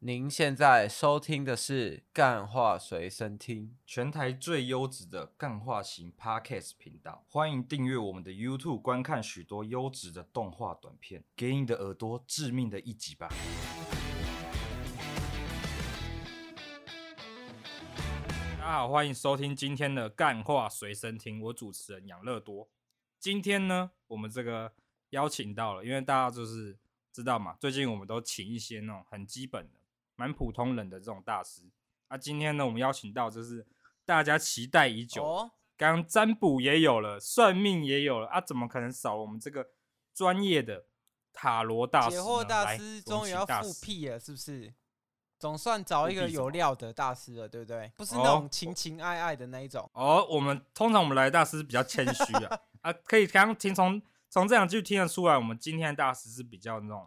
您现在收听的是《干话随身听全台最优质的干化型 Podcast 频道，欢迎订阅我们的 YouTube，观看许多优质的动画短片，给你的耳朵致命的一击吧！》。大家好，欢迎收听今天的干话随身听，我主持人养乐多。今天呢，我们这个邀请到了，因为大家就是知道嘛，最近我们都请一些那种很基本的、蛮普通人的这种大师。啊，今天呢，我们邀请到就是大家期待已久，哦，刚刚占卜也有了，算命也有了啊，怎么可能少了我们这个专业的塔罗大师解呢？惑大来师我们终于请要大复师辟了，是不是？总算找一复个辟什么有料的大师了，对不对？不是哦那种情情爱爱的那一种。哦，我们通常我们来的大师比较谦虚啊啊，可以刚刚听从从这两句听得出来，我们今天的大师是比较那种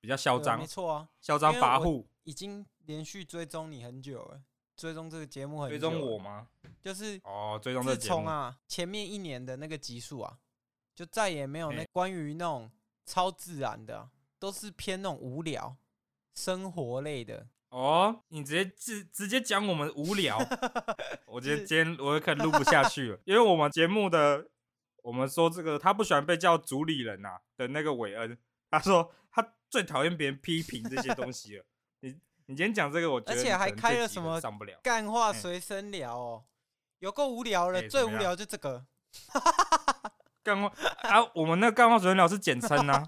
比较嚣对啊张没、错啊，嚣张因为跋我扈，已经连续追踪你很久了，追踪这个节目很追久。踪我，吗？就是哦，追踪这自节目从啊前面一年的那个集数啊，就再也没有那关于那种超自然的啊、都是偏那种无聊生活类的。哦，你直接直直接讲我们无 聊，我觉得是今天我可能录不下去了，因为我们节目的我们说这个他不喜欢被叫主理人呐、的那个韦恩，他说他最讨厌别人批评这些东西了。你你今天讲这个，我觉得而且你可还能开这了集什可能么上不了。干话哎随身聊哦，有够无聊了，哎最怎么无样聊就这个。干话啊，我们那个干话随身聊是简称 啊，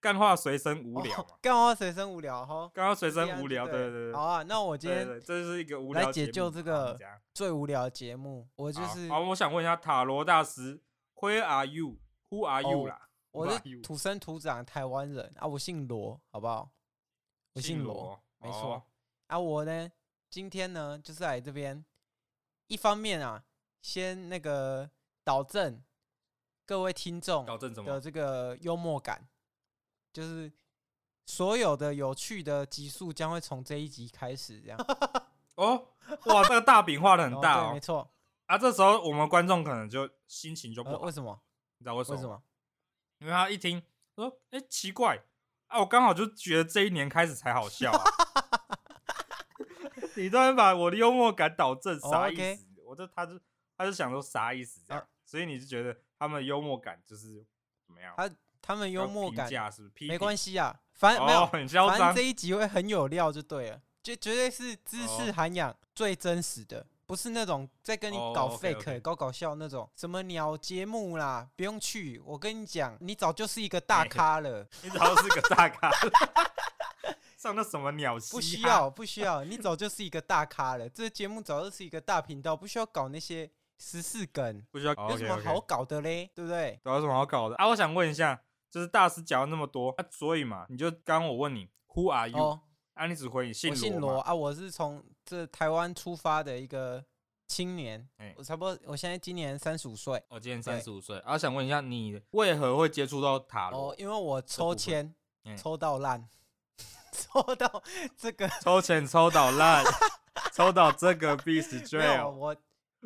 干话随身无聊嘛，干花随身无聊哈，干话随随身无聊，对对对好，啊，那我今对对天对，这是一个无来聊节解目救这好你个讲最无聊的节目，我就是好，好我想问一下塔罗大师，Where are you? Who are you 哦啦？我 Who are you？是土生土长的台湾人啊，我姓罗，好不好？我姓罗罗，没错哦。啊，我呢今天呢就是来这边，一方面啊，先那个导正各位听众哦搞正什的么？这个幽默感，就是所有的有趣的集数将会从这一集开始，这样哦， 哇，这个大饼画的很哦大对，哦没。错。啊，这时候我们观众可能就心情就不呃，好为，什么？你知道为什为么什吗？么？因为他一听说，哎，奇怪啊，我刚好就觉得这一年开始才好 笑啊。你突然把我的幽默感导正，哦啥意 OK 呃思？我就他就他就想说啥意思这样，所以你就觉得他们的幽默感就是怎么样？他他们幽默感要评价是不是？没关系，系啊，反正、没哦，有，很嚣反正张这。一集会很有料就对了，绝绝对是知识哦涵养最真实的，不是那种在跟你哦搞 OK，OK fake、搞搞笑那种什么鸟节目啦，不用去，我跟你讲，你早就是一个大咖了，你早就是个大咖 了，上那什么鸟啊戏？不需，要不需要，你早就是一个大咖了，这节目早就是一个大频道，不需要搞那些时事梗，不需要，有什么好搞的嘞，对不对？对啊有什么好搞的啊？我想问一下，就是大师讲了那么多，啊、所以嘛，你就刚刚我问你 Who are you？、哦，啊，你只回你姓我姓罗罗嘛，啊，我是从这台湾出发的一个青年，哎我差不多，我现在今年三十五岁我哦今年对三十五岁，啊，想问一下你为何会接触到塔罗？哦，因为我部抽分签哎抽到烂， 抽到这个抽钱抽到 烂，抽到这个 b e a s 没有 Trail 我，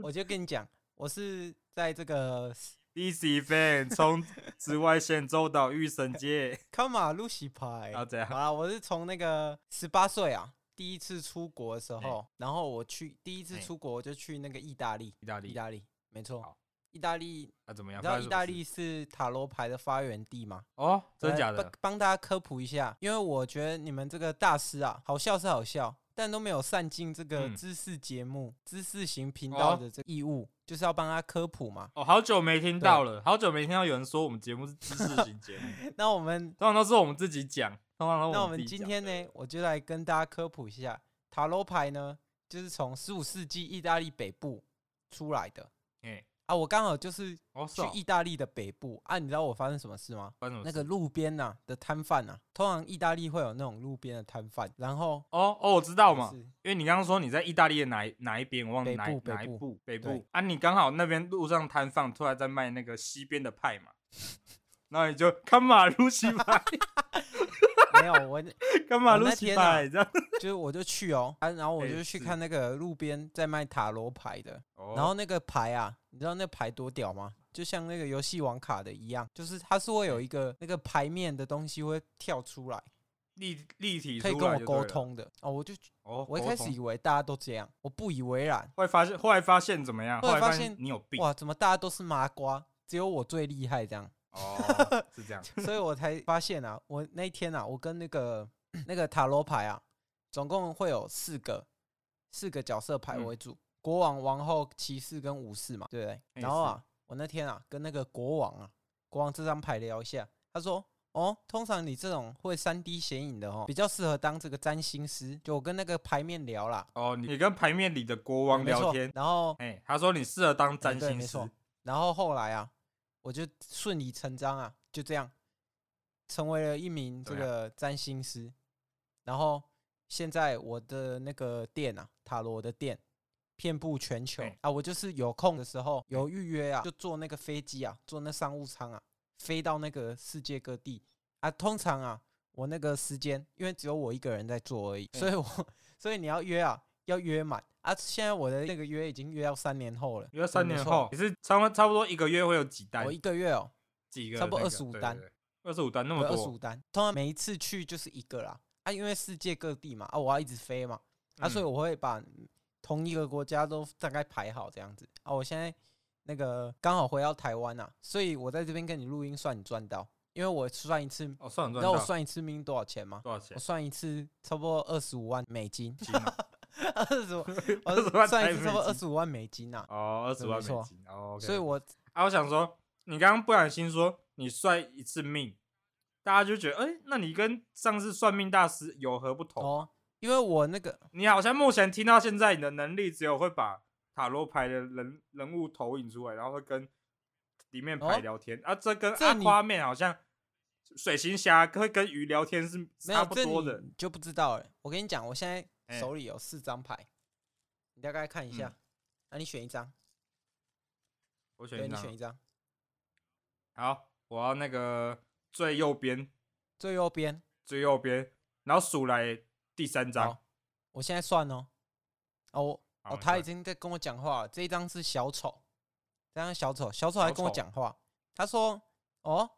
我就跟你讲，我是在这个 Easy Fan 从紫外线抽到御神 街，卡马路西牌啊，这样好啦，我是从那个十八岁啊，第一次出国的时候，然后我去第一次哎出国我就去那个意大利，意大意利大利没错好，意大利啊怎么你样？知道发生什意么大事利呃是塔罗牌的发源地吗？哦，真来假帮的？帮大家科普一下，因为我觉得你们这个大师啊，好笑是好笑，但都没有善尽这个嗯知识节目、知识型频道哦的这个义务，就是要帮他科 普嘛。哦，好久没听到了，好久没听到有人说我们节目是知识型节目， 那 我们通常都是我们自己讲，通常都是那我们们自己今讲天呢，我就来跟大家科普一下塔罗牌呢，就是从十五世纪意大利北部出来的对哎，啊。我刚好就是哦是去哦，意大利的北部啊，你知道我发生什么事吗？发生什么那个事路边呐、的摊贩呐，通常意大利会有那种路边的摊贩，然后哦哦，我知道就嘛，是因为你刚刚说你在意大利的哪一哪一边，我忘了北哪部哪一北部部北对部啊，你刚好那边路上摊贩突然在卖那个西边的派嘛，然后你 就看马路西派，没有我看马我路那西天啊派 这 样，就是我就去哦，啊，然后我哎就去是哦看那个路边在卖塔罗牌的，然然后那个牌啊，你知道那牌多屌吗？就像那个游哎戏王卡的一样，就是它是会有一个那个牌面的东西会跳出来，立立体可以出跟来我就沟对了。通的哦。我就哦，我一沟开始通以为大家都这样，我不以为然。后来发现，后来发现怎么样？后后来来发发现现你有病哇，怎么大家都是麻瓜，只有我最厉害这样？哦，是 这样。所以我才发现啊，我那一天啊，我跟那个 那个塔罗牌啊，总共会有四个四个角色牌嗯为主，国王、王后、骑士跟武士嘛，对不对？哎然后啊，我那天啊跟那个国王啊，国王这张牌聊一下，他说。哦，通常你这种会三 D 显影的哦，比较适合当这个占星师。就我跟那个牌面聊啦，哦，你你跟牌面里的国王没聊错天，然后哎、他说你适合当哎占对星没师错，然后后来啊，我就顺理成章啊，就这样成为了一名这怎么个占星师。然后现在我的那个店啊，塔罗的店遍布全球哎啊，我就是有空的时候有预约啊，就坐那个飞机啊，坐那商务舱啊，飞到那个世界各地啊。通常啊，我那个时间因为只有我一个人在做而已，哎所以我所以你要约啊，要约满啊。现在我的那个约已经约到三年后了，因为对三没年错后你是差不多差不多一个月会有几单我，一个月哦，几个差不多那个25，对对单对二十五单那么有二十多五，单，通常每一次去就是一个啦。啊，因为世界各地嘛，啊，我要一直飞嘛，啊，所以嗯我会把同一个国家都大概排好这样子。啊，我现在那个刚好回到台湾啊，所以我在这边跟你录音算你赚到，因为我算一次，你哦，算了知赚道到我算一次命多少钱吗？多少我钱？啊算一次差不多二十五万 ，美金起码二 十五， 25 我万算台一次差不美多二金十五万美金啊。哦，二十对万没错美金哦，OK，所以我啊，我想说，你刚刚不小心说你算一次命，大家就觉得，哎、那你跟上次算命大师有何不同？哦，因为我那个你好像目前听到现在，你的能力只有会把塔罗牌的人人物投影出来，然后会跟里面牌哦聊天、啊，这跟这阿你夸面好像水行侠会跟鱼聊天是没差有不这多你的。就不知道了。我跟你讲，我现在哎手里有四张牌，你大概看一下嗯，那、你选一张，我选对一你选张一，张，好，我要那个最右边，最右边。最右边，然后数来第三张好。我现在算哦，哦我好哦，你他已算经在跟我讲话了。这一张是小丑，这张小丑，小丑还小跟我丑讲话，他说：“哦，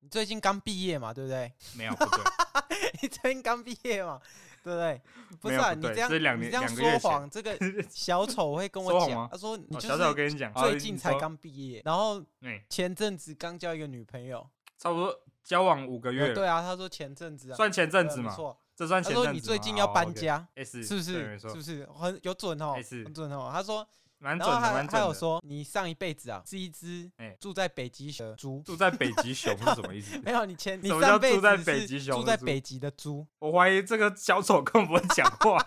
你最近刚毕业嘛，对不对？没有不 对，哦你最近刚毕业嘛，对不对？不没是有啊，不你对这样这两你年这样两个月说前谎，这个小丑会跟说我谎讲吗，他说你哦就小丑我是跟你讲，好最近才，刚毕业，然后你说哎前阵子刚交一个女朋友，差不多交往五个月呃了，对啊，他说前阵子啊，算前阵子对啊嘛没，错，这算他前阵子说嘛。你最近要搬家，哎是是不对没是？是错，不是很有准哦？哎是很准哦。他说，蛮然准后的，他蛮他准有的。说你上一辈子啊是一只哎住在北极的猪， 住在北极熊是什么意 思？没有你前你什么上叫辈住在子北是极熊住的在猪北极的猪，我怀疑这个小丑更不会讲 话，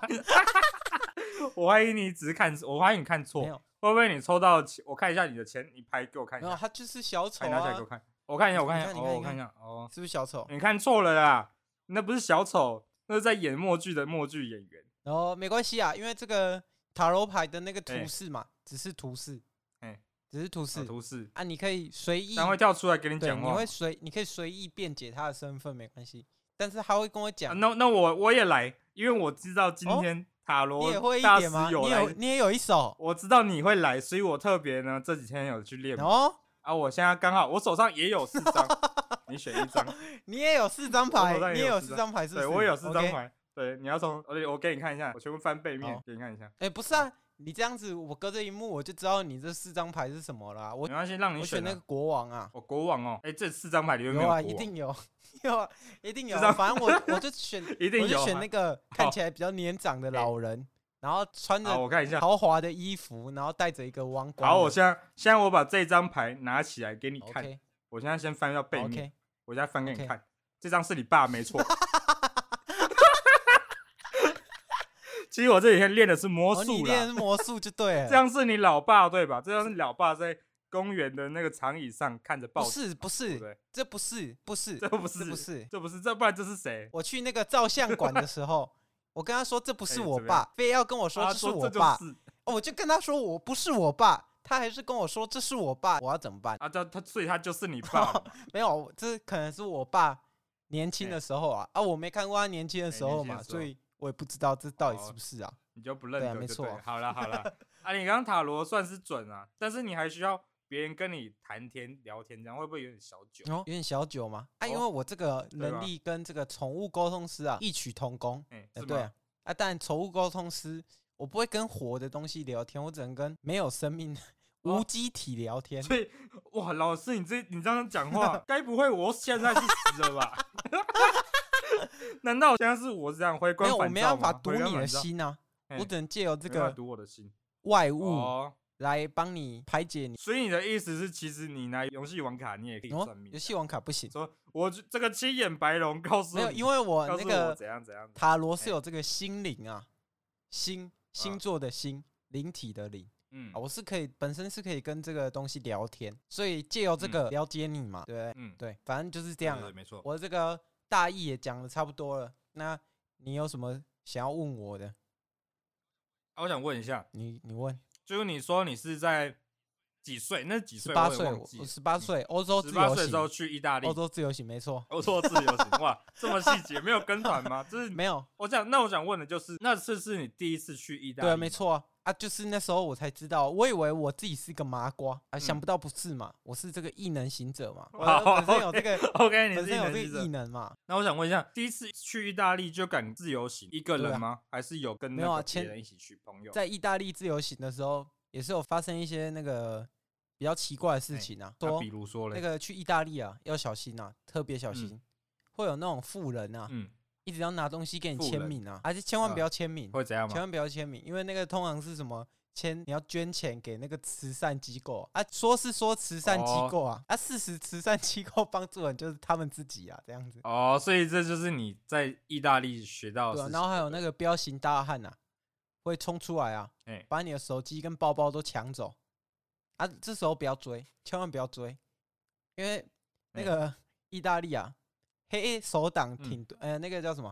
我怀疑你只是看，我怀疑你看错没，有会不会你抽到钱？我看一下你的钱，你拍给我看一没有，下，他就是小丑拍哎拿起来啊给我，看，我看一下，我看一你下，看哦，你我看看一下，哦，是不是小丑？你看错了啦，那不是小丑，那是在演默剧的默剧演员。然后没关系啊，因为这个塔罗牌的那个哎图示嘛，只是图示，哎只是图小示图示，啊，你可以随意但会跳出来跟你对，讲你话啊会。随你可以随意辩解他的身份没关系，但是他会跟我啊讲，那那我我也来，因为我知道今哦天塔你罗也会一大师点吗？你有来有，你也有一首我知道你会来，所以我特别呢这几天有去练哦，啊。我现在刚好我手上也有四 张，你选一张，你也有四张手上牌，也你也有有四四张张牌是不对是？我有四张 OK。牌。对，你要从我我给你看一下，我全部翻背面好给你看一下，哎，不是啊，你这样子我隔着一幕我就知道你这四张牌是什么了啊。我没关系，让你我选那啊个国王啊，我国王哦，哎，这四张牌里面没有啊，国一王定有， 有啊，一定有四张啊。反 正我我就选，一定我有就选啊 那个看起来比较年长的哎老人，然后穿好，着我看一下。豪华的衣服，然后戴着一个王冠的。好，我现在现在我把这张牌拿起来给你看， OK 我现在先翻到背面。 OK，我再翻给你 OK 看，这张是你爸没 错。 其实我这几天练的是魔哦，你术练啦，的是魔术就对了。 这张是你老爸对吧？这张是老爸在公园的那个长椅上看着不报纸，是不对是不，对？这不是，不是， 这不这是，不是。这不是，这不然这是谁？我去那个照相馆的时候，我跟他说这不哎是怎我么爸，样非要跟我说他这是啊说我这就爸、是哦我就跟他说我不是我爸，他还是跟我说这是我爸，我要怎么办？啊，他他所以他就是你爸 嘛。没有，这可能是我爸年轻哎的时候啊，啊，我没看过他年轻的哎时年候轻的嘛，时所候以我也不知道这到底哦是不是啊。你就不认对啊得没 就错对了。好啦好啦，啊，你刚刚塔罗算是准啊，但是你还需要别人跟你谈天聊天，这样会不会有点小久？哦，有点小久嘛。啊，哦因为我这个能吧力跟这个宠物沟通师啊异曲同工。哎、呃是对吗啊？，啊，但宠物沟通师，我不会跟活的东西聊天，我只能跟没有生命的哦无机体聊天。所以，哇，老师，你这你这样讲 话，该不会我现在是死了吧？ 难道现在是我是这样回没光有，我返没照办法吗？读回光你的返照，心啊，哎我只能借由这没办法个读我的心。外物哦，来帮你排解你。所以你的意思是，其实你拿游戏王卡，你也可以哦算，命游。戏王卡不行，说，我就这个七眼白龙告诉没你，有，因为我告那诉个我怎样怎样。塔罗是哎有这个心灵啊，星星座的星，灵体的灵嗯啊，我是可以本身是可以跟这个东西聊天，所以借由这嗯个了解你嘛，对不对？嗯，对，反正就是这这样啊。没错。我这个大意也讲的差不多了，那你有什么想要问我的？啊我想问一下，你你问，就是你说你是在几岁？那是几十岁？八我也岁，忘我记我了嗯十八，岁，欧洲自十八由岁的时候行，哦去意大利欧，洲自由行没错，欧洲自由行，哇，这么细节，没有跟团吗？就是 没有，我想，那我想问的就是，那次是你第一次去意大利？对，没。错啊啊，就是那时候我才知道，我以为我自己是个麻瓜啊，想嗯不到不是嘛，我是这个异能行者嘛，我好本身有这个 OK，你本是身一有能这记个异者。能嘛，那我想问一下，第一次去意大利就敢自由行，一个对人啊吗？还是有跟没那有啊个别前人一起去朋友？在意大利自由行的时候，也是有发生一些那个比较奇怪的事哎情啊，那说比如说那嘞，个去意大利啊要小心啊，特别小嗯心，会有那种富人啊，嗯，一直要拿东西给你富签人名啊，还是千万不啊要签名，会怎样千吗？万不要签名，因为那个通常是什么签，你要捐钱给那个慈善机构啊，说是说慈善机哦构啊，啊，事实慈善机构帮助人就是他们自己啊，这样子。哦，所以这就是你在意大利学到的对、啊事，然情。后还有那个彪形大汉啊，会冲出来啊，哎把你的手机跟包包都抢走啊，这时候不要追，千万不要追，因为那哎嗯个意大利啊，黑手党挺多，呃，那个叫什么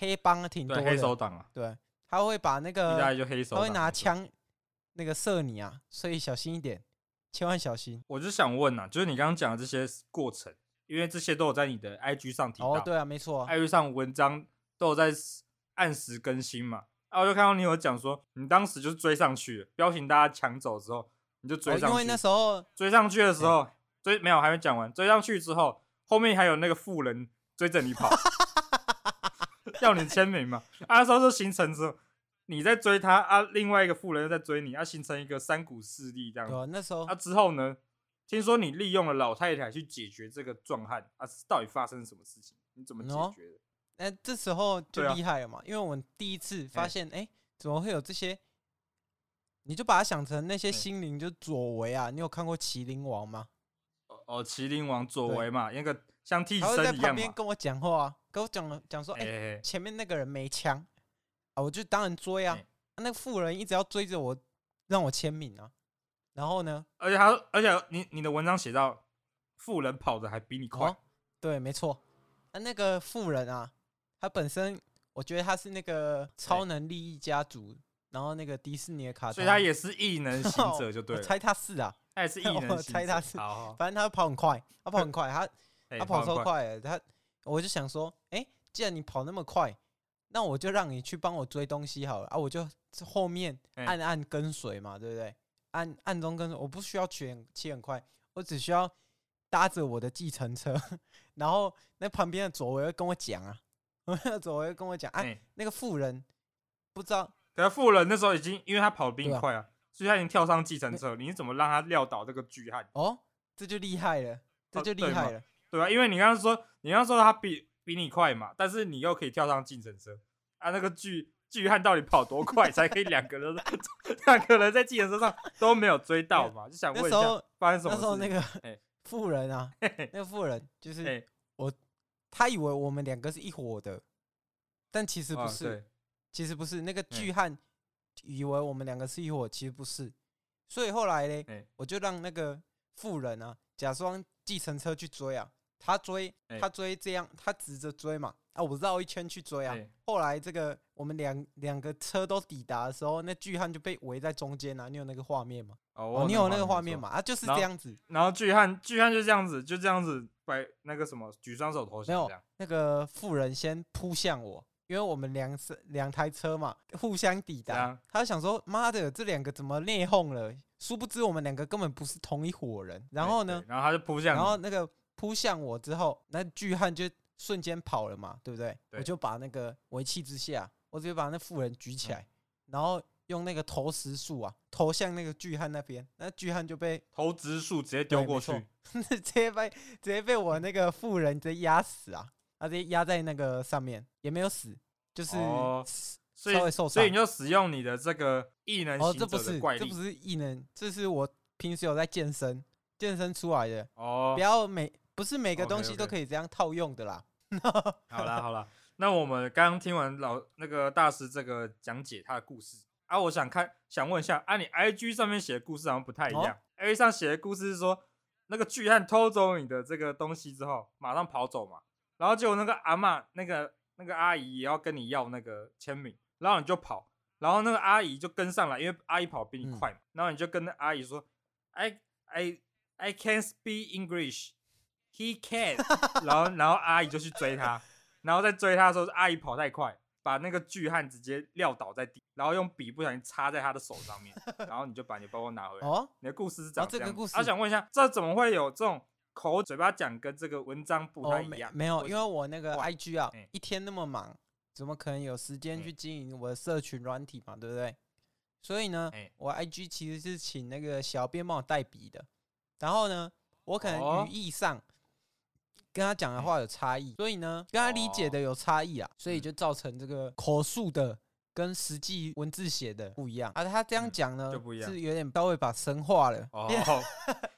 黑帮啊挺多对，的，黑手党啊，对，他会把那个意大利就黑手他党，会拿没错。枪那个射你啊，所以小心一点，千万小心。我就想问啊，就是你刚刚讲的这些过程，因为这些都有在你的 IG 上提哦到，，对啊，没错啊， IG 上文章都有在按时更新嘛。然后就看到你有讲说，你当时就是追上去了，彪形大家抢走之后，你就追哦上去。嗯因为那时候追上去的时嗯候，追没有还没讲完，追上去之后，后面还有那个富人追着你 跑，要你签名嘛。啊，那时候就形成之后，你在追他啊，另外一个富人又在追你，啊，形成一个三股势力这样对子。啊，那时候啊，之后呢？听说你利用了老太太去解决这个壮汉啊，到底发生什么事情？你怎么解喏决的？那哎这时候就对啊厉害了嘛，因为我们第一次发哎现，哎、怎么会有这些？你就把它想成那些哎心灵，就是左为啊。你有看过《麒麟王》吗？哦哦，麒麟王左为嘛，那个像替他会在身一旁样边嘛。跟我讲话、啊，跟我讲了讲说，哎、哎、哎前面那个人没枪啊，我就当然追啊。哎那个富人一直要追着我，让我签名啊。然后呢，而且他，而且你你的文章写到，富人跑的还比你快。哦，对，没错。那、那个富人啊，他本身我觉得他是那个超能力一家族，然后那个迪士尼的卡通，所以他也是异能行者就对 我了，猜他是啊，他也是异能行者。我猜他是好好，反正他跑很快，他跑很快，他哎他跑得超很快的，他我就想说，哎、既然你跑那么快，那我就让你去帮我追东西好了啊，我就后面哎暗暗跟随嘛，对不对？暗暗中跟随，我不需要骑很骑很快，我只需要搭着我的计程车， 然后那旁边的左维会跟我讲啊， 左维会跟我讲，啊，哎，那个富人不知道可是富人那时候已经，因为他跑得比你对啊快啊，所以他已经跳上计程车。你是怎么让他撂倒这个巨汉？哦，这就厉害了，这哦就厉对害嘛了。对啊，因为你刚刚说，你刚刚说他比比你快嘛，但是你又可以跳上计程车啊，那个巨巨汉到底跑多快才可以两个人 两个人在计程车上都没有追到嘛？就想问那一时下候发生什么那事时候情？那个哎 富人啊，嘿嘿那个富人就是哎他以为我们两个是一伙的，但其实不啊是，对其实不是。那个哎巨汉以为我们两个是一伙，其实不是。所以后来哎嘞，我就让那个富人啊，假装计程车去追啊，他追，哎他追这样，他直着追嘛，啊，我绕一圈去追啊哎。后来这个我们两两个车都抵达的时候，那巨汉就被围在中间啊。你有那个画面吗？哦，我哦，你有那个画没面错嘛？啊，就是然这后样子。然后巨汉，巨汉就这样子，就这样子摆那个什么举双手投没降有这样。那个富人先扑向我，因为我们两车两台车嘛，互相抵怎达样。他就想说：“妈的，这两个怎么内讧了？殊不知我们两个根本不是同一伙人。然后呢对，然后他就扑向你，然后那个扑向我之后，那巨汉就瞬间跑了嘛，对不对？对我就把那个我一气之下，我直接把那妇人举嗯起来，然后用那个投石术啊投向那个巨汉那边，那巨汉就被投掷术直接丢对过没去错， 直接被直接被我那个妇人直接压死啊，他直接压在那个上面，也没有死，就是哦死所稍微以受所以伤你。就使用你的这个异能哦，行这者不的是怪这力不是异能，这是我平时有在健身，健身出来的，哦不。要每不是每个 OK，东西都 OK 可以这样套用的啦。好啦好啦，那我们刚刚听完老那个大师这个讲解他的故事啊，我想看想问一下啊，你 I G 上面写的故事好像不太一哦样、a 上写的故事是说那个巨汉偷走你的这个东西之后马上跑走嘛，然后结果那个阿嬷那个那个阿姨也要跟你要那个签名，然后你就跑，然后那个阿姨就跟上来，因为阿姨跑比你嗯快嘛，然后你就跟那阿姨说，I 哎 I I can speak English。He can，然后然后阿姨就去追他，然后在追他的时候，阿姨跑太快，把那个巨汉直接撂倒在地，然后用笔不小心插在他的手上 面，然后你就把你的包包拿回来。哦，你的故事是长哦这个样子故事啊，想问一下，这怎么会有这种口嘴巴讲跟这个文章不太哦，一没样？没有，或因是为我那个怪 IG 啊嗯，一天那么忙，怎么可能有时间嗯去经营我的社群软体嘛，对不对？所以呢哎，我 IG 其实是请那个小编帮我代笔的，然后呢，我可哦能语义上跟他讲的话有差异，所以呢，跟他理解的有差异啊，所以哦嗯就造成这个口述的。跟实际文字写的不一样啊，他这样嗯讲呢，就不一样是有点稍微把神化了，哦，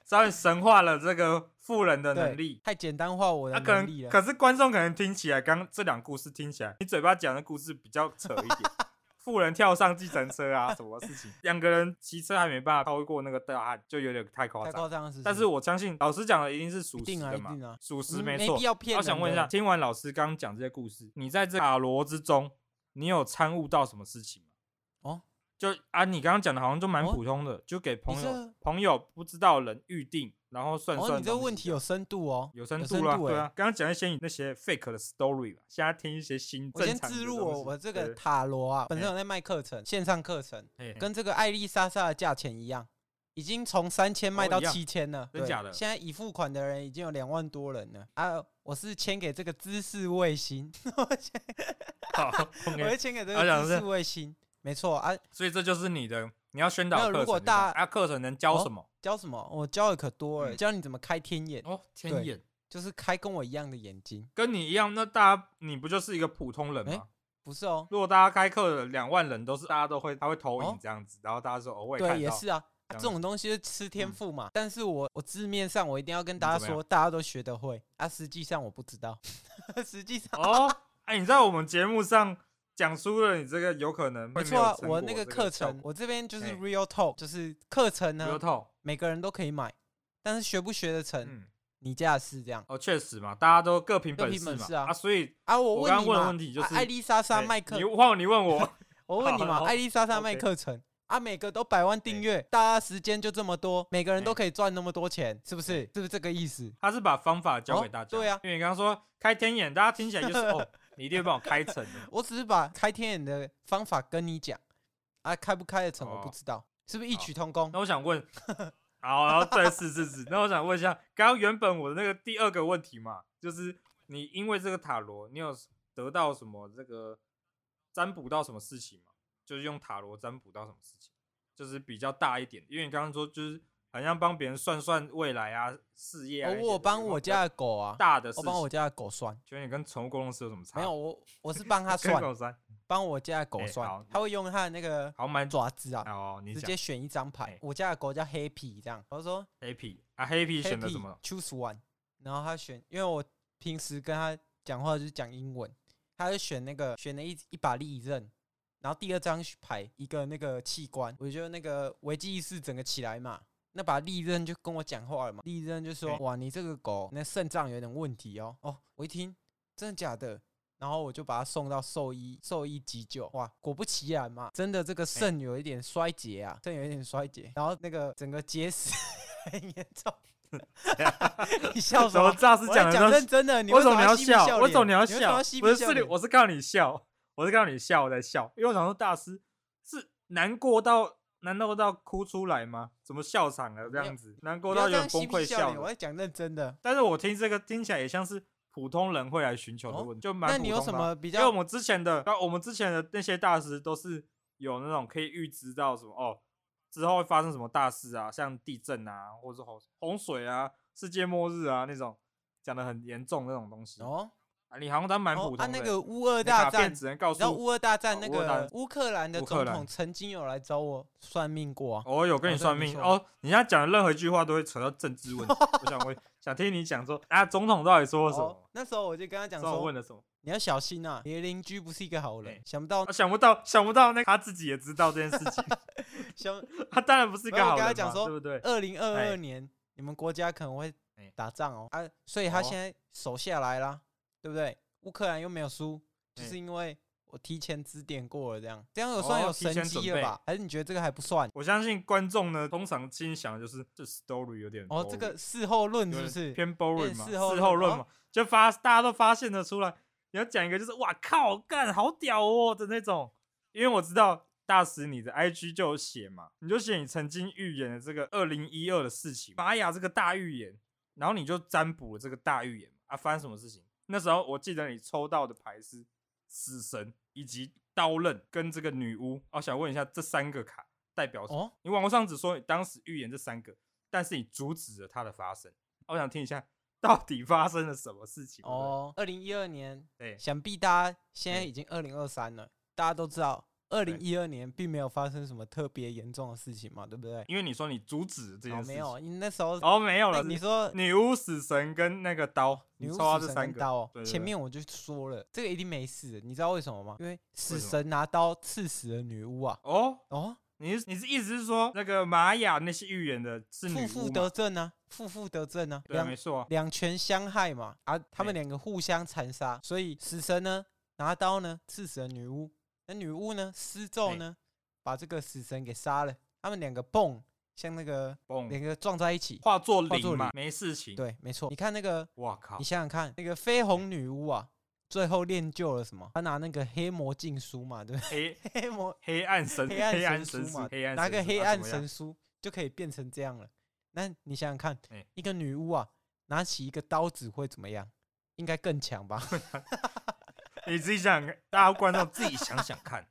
稍微神化了这个富人的能力。太简单化我那、的啊可能能力啊了。可是观众可能听起来，刚刚这两故事听起来，你嘴巴讲的故事比较扯一点， 富人跳上计程车啊，什么事情？两个人骑车还没办法超过那个大汉，就有点太夸太张夸。张了，是不但是我相信老师讲的一定是属一实定啊，的一嘛定，啊，属实嗯没没错必。要骗我人想问一下，的听完老师刚刚讲这些故事，你在这塔罗之中，你有参悟到什么事情吗？哦，就啊，你刚刚讲的好像就蛮哦普通的，就给朋你友这朋友不知道人预定，然后算算。啊哦，你这个问题有深度哦。有深有度深啦，度对欸啊。刚刚讲一些那些 fake 的 story 吧，现在听一些新我正先常的植入东我西我这个对哎塔罗啊，本身有在卖课程，线上课程，嘿嘿跟这个艾丽莎莎的价钱一样，已经从三千卖哦到一样七千了。真对假的现在已付款的人已经有两万多人了啊！我是签给这个知识 卫星， 好我，OK，会签给这我想个知是识卫星，没错啊。所以这就是你的你要宣导的没有课程如果就大这样啊，课程能教哦什么？教什么？我教的可多了，嗯教你怎么开天眼，哦，天对眼就是开跟我一样的眼睛。跟你一样，那大家你不就是一个普通人哎吗？不是哦，如果大家开课的两万人都是大家都会，他会投影哦这样子，然后大家说哦，我也看对，到，也是啊，啊这样这种东西是吃天嗯赋嘛。但是我我字面上我一定要跟你大怎么家说，大家都学得会啊，实际上我不知道， 实际上。哦，哎，你在我们节目上讲出了你这个有可能会没没错有啊，成我果那这个个课效程，果我这边就是哎 real talk，就是课程不要呢，透，每个人都可以买，但是学不学得成，嗯，你家的事这样哦，确实嘛，大家都各凭各本凭事本嘛事，啊啊，所以啊。我我问刚你问的嘛问题就啊是艾丽莎莎哎麦克你，换你问我，我问你好嘛，艾丽莎莎卖 OK 课程啊，每个都百万订阅，大家时间就这么多，每个人哎都可以赚那么多钱，是不是？是不是这个意思？他是把方法教给哦大家，对啊因为你刚刚说开天眼，大家听起来就是 哦，你一定会帮我开成的，我只是把开天眼的方法跟你讲啊，开不开得成我不哦知道，是不是异好曲同工哦那？我想问，好，然后对，是是是。那我想问一下，刚刚原本我的那个第二个问题嘛，就是你因为这个塔罗，你有得到什么这个占卜到什么事情吗？就是用塔罗占卜到什么事情，就是比较大一点，因为你刚刚说就是好像帮别人算算未来啊、事业啊哦那些的。我帮我家有没有比的狗啊较，大的事我情，帮我家的狗算，觉得你跟宠物沟通师有什么差？没有我我是帮它跟算，狗算，帮我家的狗哎好算，它会用它的那个好蛮爪子啊，哦，你直讲接选一张牌哎。我家的狗叫黑皮，这样，我说黑皮啊，黑皮选的 Happy 什么？ choose one，然后他选，因为我平时跟他讲话就是讲英文，他就选那个选了一一把利刃，然后第二张牌一个那个器官，我觉得那个危机意识整个起来嘛，那把利刃就跟我讲话了嘛，利刃就说哎哇你这个狗那肾脏有点问题哦，哦我一听真的假的。然后我就把它送到兽医，兽医急救。哇，果不其然嘛，真的这个肾有一点衰竭啊，肾有一点衰竭，然后那个整个结石 很严 重。你笑什什么么？诈是我讲的在都讲认真的，你为什什么么你要嬉皮笑脸？为什么你要为什么笑？嬉不皮是，笑是你，脸我是看到你笑，我是看到你笑，我在笑，因为我想说大师是难过到难道到哭出来吗？怎么笑场了这没有样子？难不过要到这有样点崩嬉溃皮笑笑脸，我了。在讲认真的。但是我听这个听起来也像是普通人会来寻求的哦问题，就蛮那你普有通什的啊么比因为我较？们之前的，啊我们之前的那些大师都是有那种可以预知到什么哦，之后会发生什么大事啊，像地震啊，或者是洪洪水啊、世界末日啊那种，讲的很严重那种东西。哦，啊，你好像当蛮普哦通的、啊，那个乌俄你大卡片战，只能告然后诉乌俄大战哦那乌俄大个战乌克兰的乌克总兰统曾经有来找我算命过啊，我、哦、有跟哦你对算没命错哦，你现在讲的任何一句话都会扯到政治问题。我想我想听你讲说啊，总统到底说了什哦么？，那时候我就跟他讲总统说问，了什么？你要小心啊，你的邻居不是一个好人哎。想不到啊，想不到想不到那他自己也知道这件事 情，想他当然不是一个没有我好跟人他嘛，讲说对不对？二零二二哎年你们国家可能会哎打仗哦啊，所以他哦现在守下来啦，对不对？乌克兰又没有输，就是哎因为我提前指点过了，这样这样有算哦有提神前准机了备吧？还是你觉得这个还不算？我相信观众呢，通常心想的就是这 story 有点哦，这 boring，个事后论有是不点是？偏 boring 嘛，事后事后论论哦嘛，就发大家都发现得出来。你要讲一个就是哇靠，干好屌哦的那种，因为我知道大使你的 IG 就有写嘛，你就写你曾经预言的这个二零一二的事情，玛雅这个大预言，然后你就占卜了这个大预言啊，发生什么事情？那时候我记得你抽到的牌是死神以及刀刃跟这个女巫，哦，想问一下这三个卡代表什么？哦，你网络上只说你当时预言这三个，但是你阻止了它的发生。我想听一下，到底发生了什么事情？哦，二零一二年，对不对，想必大家现在哎已经二零二三了，大家都知道，二零一二年并没有发生什么特别严重的事情嘛，对不对对，？因为你说你阻止了这件哦，事没情，有，你那时候哦，没有那了。你是说女巫、死神跟那个刀，你女巫抽到这死神三跟个，刀哦对对前对面我就说了，这个一定没事，你知道为什么吗？因为死为什么神拿刀刺死了女巫啊！哦，哦，你是你是意思是说那个玛雅那些预言的是女负巫负吗得正啊，负负得正啊，对啊，两没错啊，两权相害嘛，啊，他们对两个互相残杀，所以死神呢拿刀呢刺死了女巫，那女巫呢施咒哎呢把这个死神给杀了，他们两个蹦像那个两嘣，个撞在一起，化作化作零嘛零，没事情。，对，没错，你看那个哇靠你，想想看，那个绯红女巫啊，最后练就了什么？她拿那个黑魔禁书嘛，对不黑对？黑魔黑暗 神黑黑暗暗神神书使嘛，黑暗拿个神使黑啊暗怎么样神书就可以变成这样了。那你想想看哎，一个女巫啊，拿起一个刀子会怎么样？应该更强 吧？你自己想想看，大家观众自己想想看，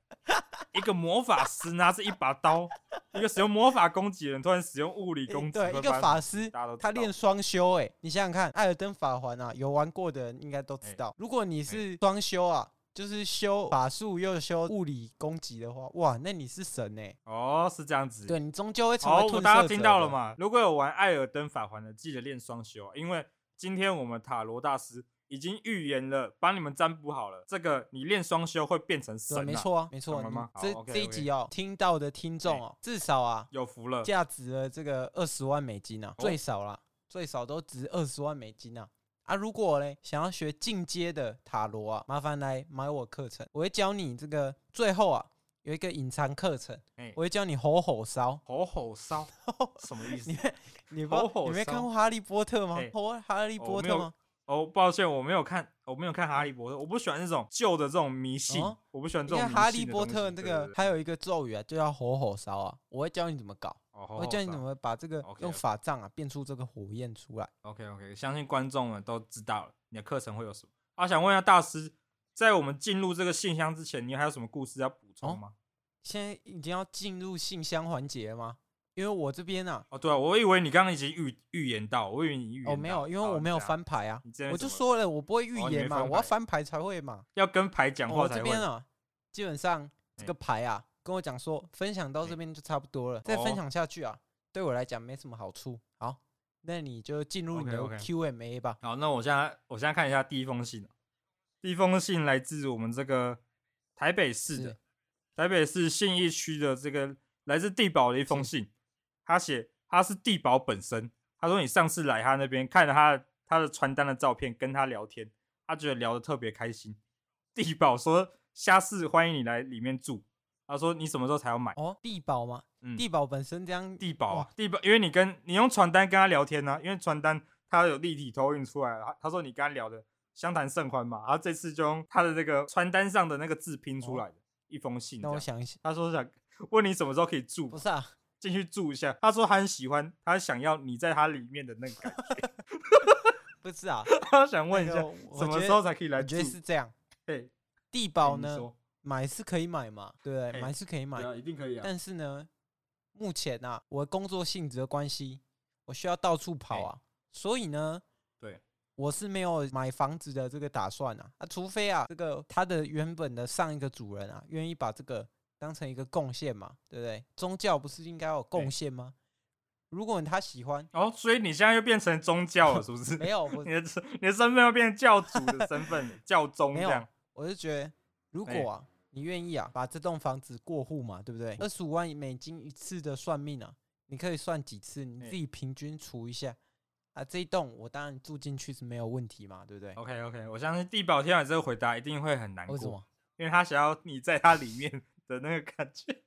一个魔法师拿着一把刀，一个使用魔法攻击的人突然使用物理攻击，对，会一个发生法师大家都知道他练双修，哎，你想想看，《艾尔登法环》啊，有玩过的人应该都知哎道，如果你是双修啊，就是修法术又修物理攻击的话，哇，那你是神哎。哦，是这样子。对你终究会成为好，褪我色们大家者听到了的？嘛？如果有玩《艾尔登法环》的，记得练双修啊，因为今天我们塔罗大师已经预言了，帮你们占卜好了，这个你练双修会变成神、对，啊，没错啊，没错懂了啊吗。你好这 OK，哎这一 OK 集哦，听到的听众哦，至少啊，有福了。价值了这个二十万美金啊，哦最少啦，最少都值二十万美金啊。啊，如果嘞想要学进阶的塔罗啊，麻烦来买我课程，我会教你这个最后啊有一个隐藏课程哎，我会教你吼吼烧。 吼吼烧什么意思你？你不知道吼吼你没烧看过《哈利波特》吗哎？吼哈利哦波没特有吗？哦，抱歉，我没有看，我没有看《哈利波特》，我不喜欢这种旧的这种迷信，哦我不喜欢这因种为迷信《的哈利波东特》西那对个对对还有一个咒语啊，就叫吼吼烧啊，我会教你怎么搞。哦好我会好教你烧怎么把这个 OK，用 OK 法杖啊变出这个火焰出来。 OK OK，相信观众们都知道了你的课程会有什么。啊，想问一下大师，在我们进入这个信箱之前，你还有什么故事要补哦充吗？现在已经要进入信箱环节了吗？因为我这边啊，哦，对啊，我以为你刚刚已经预预言到，我以为你预言到哦没有，因为好我没有你这样翻牌啊你这，边我怎就么说了我不会预哦你言没嘛，翻我要牌翻牌才会嘛。要跟牌讲哦话我才这会。边啊，基本上这哎个牌啊，跟我讲说分享到这哎边就差不多了，再哦分享下去啊，对我来讲没什么好处。好，那你就进入你的 OK，OK Q&A 吧。好，那我现在我现在看一下第一封信，哦第一封信来自我们这个台北市的是台北市信义区的这个来自地保的一封信，他写他是地保本身，他说你上次来他那边看了他他的传单的照片，跟他聊天，他觉得聊得特别开心。地保说下次欢迎你来里面住，他说你什么时候才要买？哦，地堡嘛，嗯地堡本身这样地保哇啊，地保，因为你跟你用传单跟他聊天呢、啊，因为传单他有立体投影出来，他他说你跟他聊的相谈甚欢嘛，他这次就用他的那个传单上的那个字拼出来的、一封信这哦让我样。想一下，他说想问你什么时候可以住不，是啊，进去住一下。他说他很喜欢，他想要你在他里面的那个感觉，不是啊， 他想 问一那下个我什么觉时得候才可以来我住觉得？是这样。嘿，地保你呢，说买是可以买嘛，对不哎对？买是可以买对，啊，一定可以啊。但是呢，目前啊，我工作性质的关系，我需要到处跑啊，所以呢，对，我是没有买房子的这个打算啊。啊，除非啊，这个他的原本的上一个主人啊，愿意把这个当成一个贡献嘛，对不对？宗教不是应该要有对贡献吗？如果他喜欢，哦，所以你现在又变成宗教了，是不是？没有，我你的身你的身份又变成教主的身份，教宗这没有样。我是觉得，如哎嗯果啊，你愿意啊，把这栋房子过户嘛，对不对？二十五万美金一次的算命啊，你可以算几次，你哎自己平均除一下啊。这一栋我当然住进去是没有问题嘛，对不对？ OK OK，我相信地保听完这个回答一定会很难为什过，么？因为他想要你在他里面的那个感觉。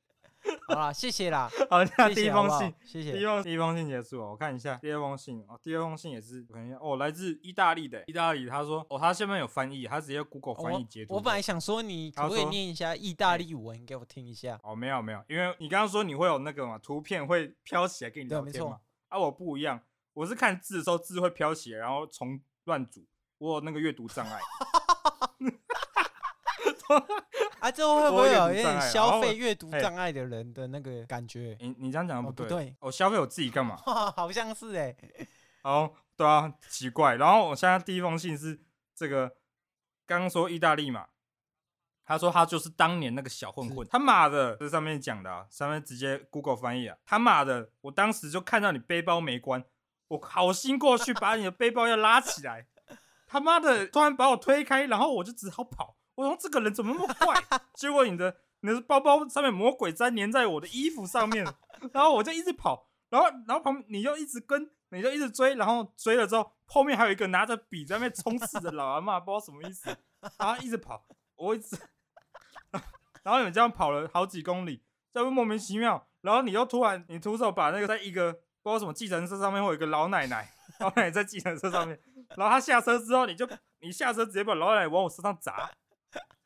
好啦，谢谢啦，好， 那谢第一谢好封不好信，？谢第一谢。封第一封信结束哦，我看一下第二封信哦，第二封信也是我看一下哦，来自意大利的意大利，他说哦，他下面有翻译，他直接 Google 哦翻译截图我我本来想说，你可不可他以说念一下意大利文给我听一下？哦，没有没有，因为你刚刚说你会有那个嘛，图片会飘起来跟你对聊没天错嘛，啊，我不一样，我是看字的时候字会飘起来，然后重乱组，我有那个阅读障碍。啊，这会不会有我有一阅读障碍哎点然消后费我阅读哎障碍的人的那个感觉？你你这样讲哦的不不对对，我、消费我自己干嘛？ 好像是哎，哦，对啊，奇怪。然后我现在第一封信是这个，刚刚说意大利嘛，他说他就是当年那个小混混，他妈的，这上面讲的、啊，上面直接 Google 翻译啊，他妈的，我当时就看到你背包没关，我好心过去把你的背包要拉起来，他妈的，突然把我推开，然后我就只好跑。我说这个人怎么那么怪？结果你的你的包包上面魔鬼粘粘在我的衣服上面，然后我就一直跑，然后然后旁你就一直跟，你就一直追，然后追了之后，后面还有一个拿着笔在那边冲刺的老阿嬷，不知道什么意思，然后一直跑，我一直， 然后你们这样跑了好几公里，这不莫名其妙，然后你又突然你徒手把那个在一个不知道什么计程车上面会有一个老奶奶，老奶奶在计程车上面，然后她下车之后，你就你下车直接把老奶奶往我身上砸，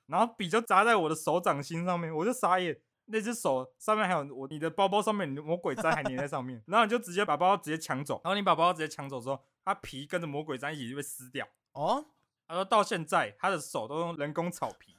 然后笔就砸在我的手掌心上面，我就傻眼。那只手上面还有我你的包包上面你的魔鬼毡还粘在上面，然后你就直接把包包直接抢走，然后你把包包直接抢走之后，它皮跟着魔鬼毡一起就被撕掉。哦，他说到现在他的手都用人工草 皮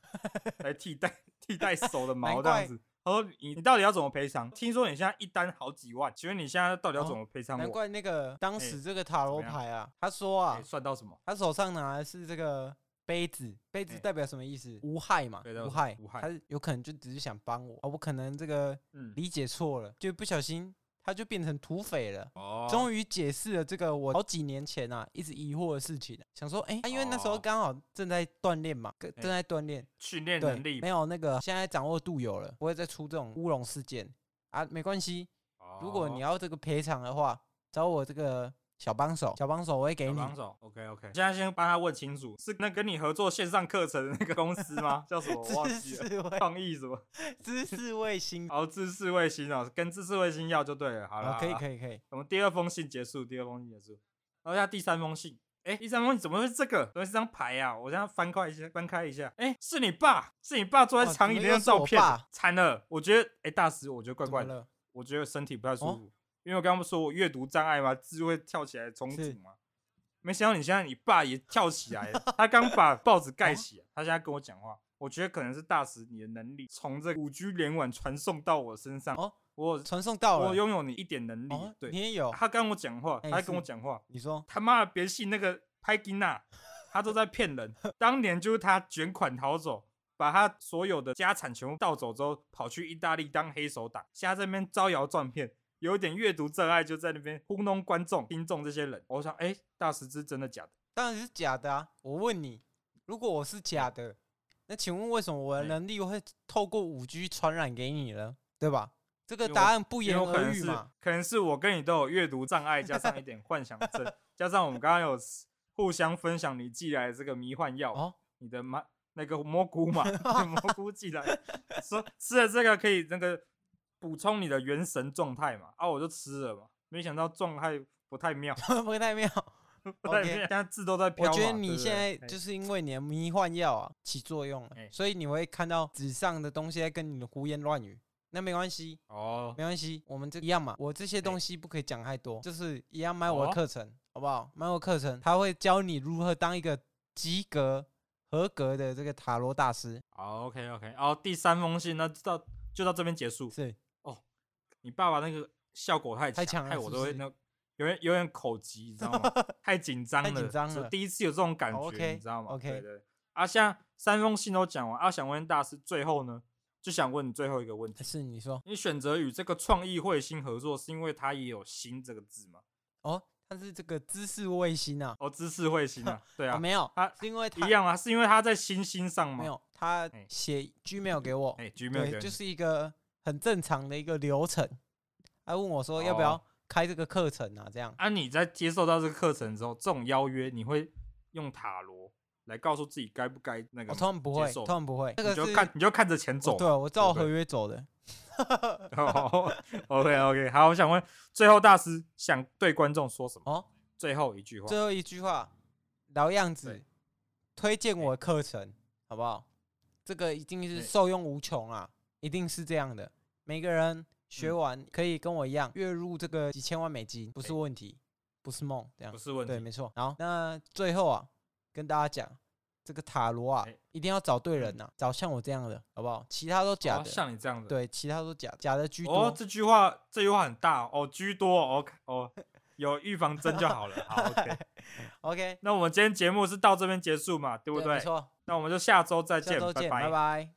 来替代替代手的毛这难怪样子。他说你你到底要怎么赔偿？听说你现在一单好几万，请问你现在到底要怎么赔偿哦难我？怪那个当哎时这个塔罗么样牌啊，他说啊哎，算到什么？他手上拿的是这个杯子，杯子哎代表什么意思？无害嘛对代，无表害，无害他有可能就只是想帮我啊，我可能这个嗯，理解错了，就不小心他就变成土匪了。哦，终于解释了这个我好几年前啊一直疑惑的事情，想说，哎、啊因为那时候哦刚好正在锻炼嘛，跟哎正在锻炼，训练对能，力没有那个现在掌握度有了，不会再出这种乌龙事件啊，没关系，哦如果你要要这个赔偿的话，找我这个小帮手，小帮手我会给你。帮手，OK OK，现在先帮他问清楚，是那跟你合作线上课程的那个公司吗？叫什么？我忘知 记了。识卫创意什么？知识 卫星，哦，知识卫星哦，跟知识卫星要就对了。好了，哦好，可以以。可以可以，我们第二封信结束，第二封信结束。然后下第三封信，哎，第三封信怎么会是这个？怎么是这张牌啊？我这样翻开一下，翻开一下，哎，是你爸，是你爸坐在哇长椅哦怎么那又张是照我片爸，惨了。我觉得，哎，大师，我觉得怪怎么怪的，了？我觉得身体不太舒哦服，因为我刚刚说我阅读障碍嘛，字会跳起来重是组嘛。没想到你现在你爸也跳起来了，他刚把报纸哦盖起来，他现在跟我讲话，我觉得可能是大使你的能力从这五 G 联网传送到我身上，哦我传送到我了，拥有你一点能力，哦，你对，也有，他跟我讲话，哎他跟是我讲话，你说他妈的别信那个派金娜，他都在骗人，当年就是他卷款逃走。把他所有的家产全部盗走之后，跑去意大利当黑手党，现在这边招摇撞骗，有一点阅读障碍，就在那边糊弄观众、听众这些人。我想，哎、大师是真的假的？当然是假的啊！我问你，如果我是假的，那请问为什么我的哎能力会透过五 G 传染给你了，对吧？这个因为答我案不也言有可而能喻是嘛。，可能是我跟你都有阅读障碍，加上一点幻想症，加上我们刚刚有互相分享你寄来的这个迷幻药，哦，你的麻那个蘑菇 嘛，蘑菇寄来，说吃了这个可以那个补充你的元神状态嘛，啊，我就吃了嘛，没想到状态不太妙， 不太 妙。不太 OK 妙，现在字都在我飘嘛。觉得对你不对现在哎就是因为你的迷幻药啊起作用了哎，所以你会看到纸上的东西在跟你胡言乱语。那没关系，哦，没关系，我们这一样嘛。我这些东西不可以讲太多，就是一样买我的哦课程，好不好？买我课程，他会教你如何当一个及格、合格的这个塔罗大师。好，OK OK，哦，第三封信那到就到这边结束。是，你爸爸那个效果太太强了害是我不都会是那有点有点口急，你知道 吗？太紧张太了，紧张是了第一次有这种感好觉， ，OK，你知道吗 OK 对对。啊，现在三封信都讲完，啊，想问大师，最后呢，就想问你最后一个问题：是你说你选择与这个创意彗星合作，是因为它也有“星”这个字吗？哦，他是这个知识卫星啊？哦，知识彗星啊，对 啊，啊，没有他，是因为他一样啊，是因为它在星星上吗？没，有他哎写 Gmail 给我，哎，Gmail 给对，你就是一个很正常的一个流程。他问我说要不要哦开这个课程啊？这样啊，你在接受到这个课程之后，这种邀约，你会用塔罗来告诉自己该不该那个我吗？通常不会，接受通常不会，这个你是就看你就看着钱走哦对，嘛。我照对合约走的。 哦 OK OK，好，我想问最后大师想对观众说什么？哦，最后一句话。最后一句话，老样子对，哎推荐我的课程，好不好？这个一定是对受用无穷啊，一定是这样的。每个人学嗯完可以跟我一样月入这个几千万美金，不是问题，不是梦，这样不是问对，题，没错。然后那最后啊，跟大家讲，这个塔罗啊哎，一定要找对人呐、啊找像我这样的，好不好？其他都假哦的，像你这样的。对，其他都假，假的居哦多，。这句话这句话很大哦，居多哦哦，有预防针就好了。好，OK。 OK，那我们今天节目是到这边结束嘛，对不对，没错。那我们就下周再下见，周见，拜拜拜